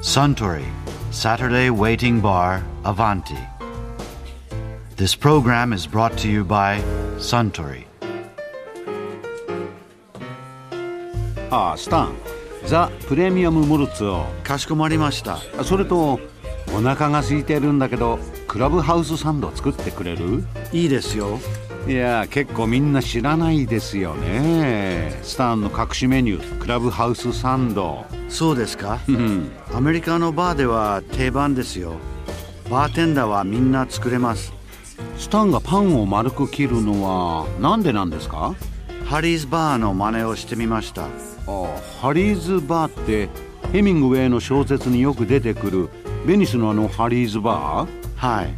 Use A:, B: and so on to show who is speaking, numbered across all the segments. A: Suntory Saturday Waiting Bar Avanti. This program is brought to you by Suntory.
B: ああスタンザ・プレミアムモルツを
A: かしこまりました。
B: それとお腹が空いてるんだけどクラブハウスサンド作ってくれる
A: いいですよ。
B: いや結構みんな知らないですよねスタンの隠しメニュークラブハウスサンド
A: そうですか。アメリカのバーでは定番ですよ。バーテンダーはみんな作れます。
B: スタンがパンを丸く切るのはなんでなんですか
A: ハリーズバーの真似をしてみました。
B: ああハリーズバーってヘミングウェイの小説によく出てくるベニスのあのハリーズバー
A: はい。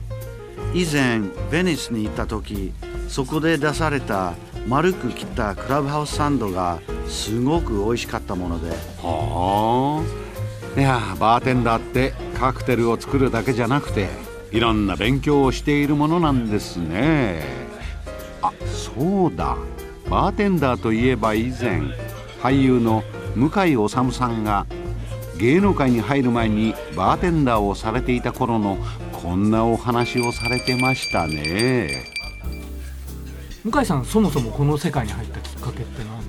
A: 以前、ベニスに行った時、そこで出された丸く切ったクラブハウスサンドがすごく美味しかったもので、
B: はあいやあバーテンダーってカクテルを作るだけじゃなくていろんな勉強をしているものなんですねあそうだバーテンダーといえば以前俳優の向井理さんが芸能界に入る前にバーテンダーをされていた頃のこんなお話をされてましたね
C: 向井さんそもそもこの世界に入ったきっかけって何なの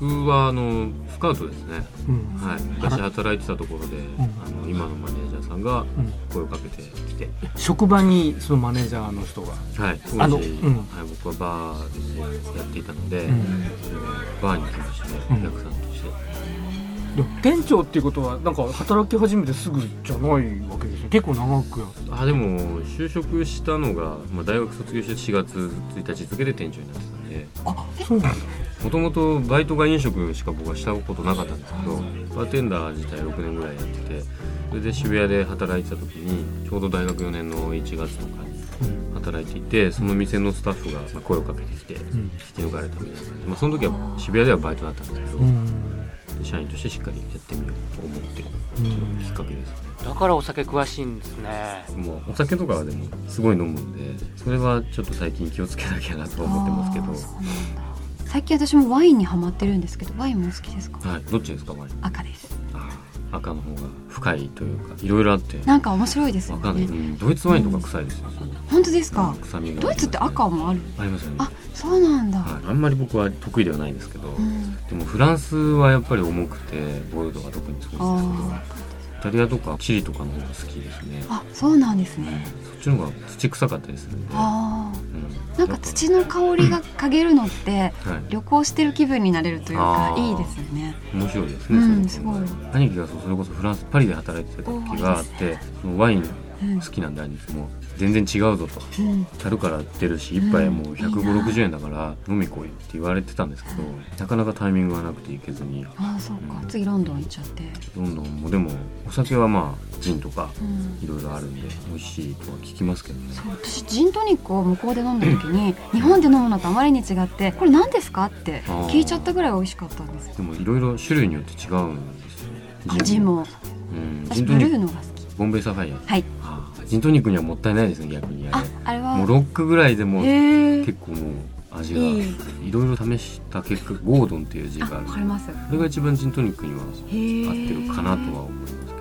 D: 僕はあのスカウトですね、
C: うん
D: はい、昔働いてたところで、あの今のマネージャーさんが
C: うん
D: 声をかけてきて、
C: 職場にそのマネージャーの人が、
D: はい、当時、
C: あのうん
D: はい、僕はバーでやっていたので、
C: ん
D: バーに来まして
C: う
D: お
C: ん
D: 客さんとして、
C: でも店長っていうことはなんか働き始めてすぐじゃないわけですよ結構長くやって
D: あでも就職したのが、まあ、大学卒業して4月1日付で店長になってたんで
C: あそうなんだ
D: もともとバイトが飲食しか僕はしたことなかったんですけどバーテンダー自体6年ぐらいやっててそれで渋谷で働いてた時にちょうど大学4年の1月とかに働いていてその店のスタッフがまあ声をかけてきて引き抜かれたみたいな感じで、まあ、その時は渋谷ではバイトだったんですけど、
C: うん
D: で社員としてしっかりやってみようと思ってるきっかけですね
C: だからお酒詳しいんですね
D: もうお酒とかはでもすごい飲むんでそれはちょっと最近気をつけなきゃなとは思ってますけど、
E: 最近私もワインにハマってるんですけどワインもお好きですか
D: はい、どっちですかワイン
E: 赤です
D: あー赤の方が深いというかいろいろあって
E: なんか面白いですよ
D: わかんない、う
E: ね
D: ん、ドイツワインとか臭いですよ、
E: 本当ですか
D: 臭みが
E: ドイツって赤もある
D: ありますよね
E: あそうなんだ、
D: はい、あんまり僕は得意ではないんですけど、
E: うん
D: でもフランスはやっぱり重くてボルドが特にそうですけど
E: あ
D: イタリアとかチリとかの方が好きですね
E: ーあそうなんですね
D: そっちの方が土臭かったりするんで、
E: あー
D: うん
E: なんか土の香りが嗅げるのって
D: はい
E: 旅行してる気分になれるというか
D: あー
E: いいですよね
D: 面白いですね、
E: うん
D: その
E: す
D: 兄貴がそうそれこそフランスパリで働いてた時があってそのワイン好きなんで兄貴も全然違うぞと
E: うん
D: 樽から出るし一杯もう15060円だから飲み来いって言われてたんですけどなかなかタイミングがなくて行けずに
E: あーそうか次ロンドン行っちゃって
D: どんどんもうでもお酒はまあジンとか
E: うん
D: いろいろあるんで美味しいとは聞きますけどね
E: そう私ジントニックを向こうで飲んだ時に日本で飲むのとあまりに違ってこれ何ですかって聞いちゃったぐらい美味しかったんです
D: でもいろいろ種類によって違うんですよね
E: あジンも
D: うんジ
E: 私
D: ント
E: ブ
D: ニッ
E: ルー
D: ク
E: のが好き
D: ボンベイサファイア
E: はい
D: あージントニックにはもったいないですね逆にあ
E: あ
D: れ
E: あれ
D: もう
E: は
D: ロックぐらいでもう
E: へえ
D: 結構もう味が
E: いい
D: いろいろ試した結果ゴードンっていう字
E: あ
D: がある
E: わかりますへ
D: それが一番ジントニックには合って
E: え
D: るかなとは思いますけどね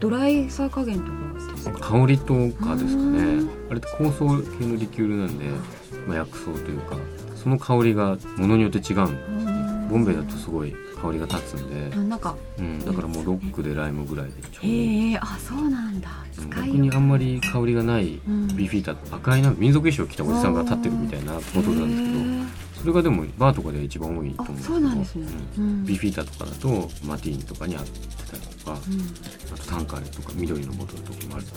E: ドライさ加減とかですか
D: 香りとかですか
E: う
D: ね
E: ん
D: あれって香草系のリキュールなんで、まあ、薬草というかその香りがものによって違うんボンベイだとすごい香りが立つんで、
E: あなんか
D: うん、だからもうロックでライムぐらいでちょうどいい
E: へえあそうなんだ
D: うん
E: 使
D: 逆
E: い
D: にあんまり香りがない
E: うん
D: ビーフィーターって赤いなんか民族衣装着たおじさんが立ってるみたいなボトルなんですけどそれがでもバーとかでは一番多いと思うんですけど
E: あそうなんですね
D: う
E: うんん
D: ビーフィーターとかだとマティーニとかに合ってたりとか、あとタンカーレとか緑のボトルとかもあると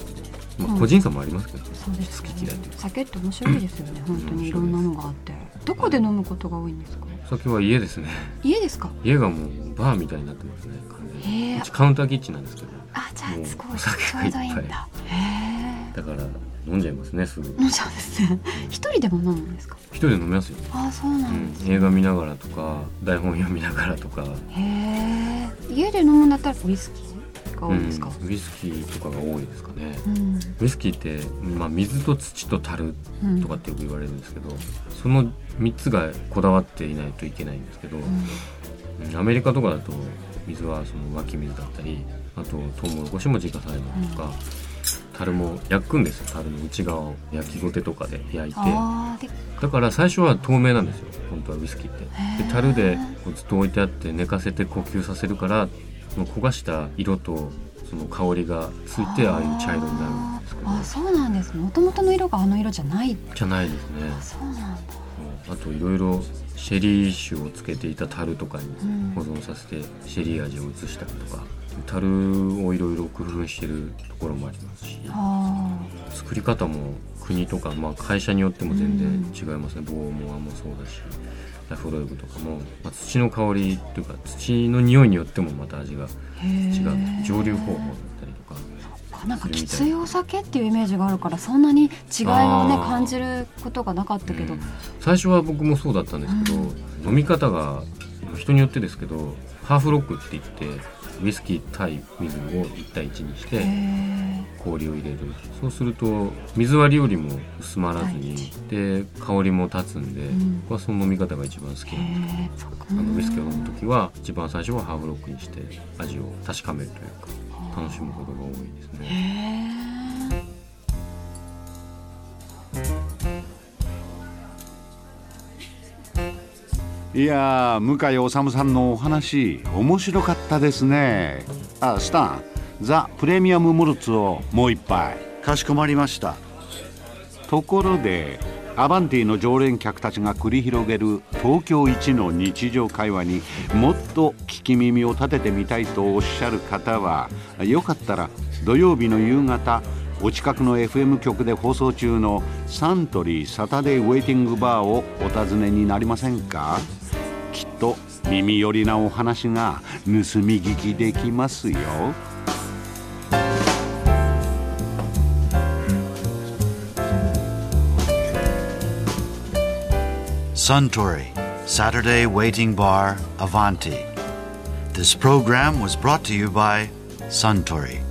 D: 思う、まあ、個人差もありますけど、
E: そうです
D: 好
E: ね
D: き嫌いっていうか
E: 酒って面白いですよね本当にいろんなのがあってどこで飲むことが多いんですか
D: お酒は家ですね
E: 家ですか
D: 家がもうバーみたいになってますね完全に
E: へえ
D: うちカウンターキッチンなんですけど
E: あじゃ
D: もう
E: あすご
D: お
E: いち
D: 酒
E: ょ
D: がいうっぱ
E: ど
D: い
E: いいんだへえ
D: だから飲んじゃいますねすぐ
E: 飲んじゃうんですね一人でも飲むんですか
D: 一人で飲みますよ、
E: あそうな
D: うんん
E: ですね、
D: 映画見ながらとか台本読みながらとか
E: へえ家で飲むんだったらウイスキーが多いんですか、
D: うんウイスキーとかが多いですかね、
E: うん
D: ウイスキーって、まあ、水と土と樽
E: うん
D: とかってよく言われるんですけど、その3つがこだわっていないといけないんですけど、うんアメリカとかだと水はその湧き水だったりあとトウモロコシも自家栽培とか、樽も焼くんですよ樽の内側を焼きごてとかで焼いて
E: あーで
D: だから最初は透明なんですよ本当はウイスキーって
E: へー
D: で樽でこうずっと置いてあって寝かせて呼吸させるからその焦がした色とその香りがついてああいう茶色になるんですけど
E: あーそうなんですもともとの色があの色じゃない
D: じゃないですね
E: あそうなんだ
D: あといろいろシェリー酒をつけていた樽とかに
E: ん
D: 保存させてシェリー味を移したりとか樽をいろいろ工夫してるところもありますし
E: あ
D: 作り方も国とか、まあ、会社によっても全然違いますね防音もあんもそうだしラフロイグとかも、まあ、土の香りというか土の匂いによってもまた味が
E: ーへ
D: 違
E: ー
D: う蒸留方法だったりとか
E: なんかきついお酒っていうイメージがあるからそんなに違いをね
D: あー
E: 感じることがなかったけど、
D: うん最初は僕もそうだったんですけど、飲み方が人によってですけどハーフロックって言ってウイスキー対水を1対1にして
E: へ
D: 氷を入れるそうすると水割りよりも薄まらずにで香りも立つんで、
E: ん
D: 僕はその飲み方が一番好き
E: え
D: なんで
E: へえそっか
D: あのウイスキーを飲む時は一番最初はハーフロックにして味を確かめるというか楽しむことが多いですね。
E: へえ
B: いやー向井治さんのお話面白かったですねあスタンザ・プレミアム・モルツをもう一杯
A: かしこまりました
B: ところでアバンティの常連客たちが繰り広げる東京一の日常会話にもっと聞き耳を立ててみたいとおっしゃる方はよかったら土曜日の夕方お近くの FM 局で放送中のサントリーサタデーウェイティングバーをお尋ねになりませんかきっと耳寄りなお話が盗み聞きできますよ。
A: Suntory, Saturday Waiting Bar, Avanti. This program was brought to you by Suntory.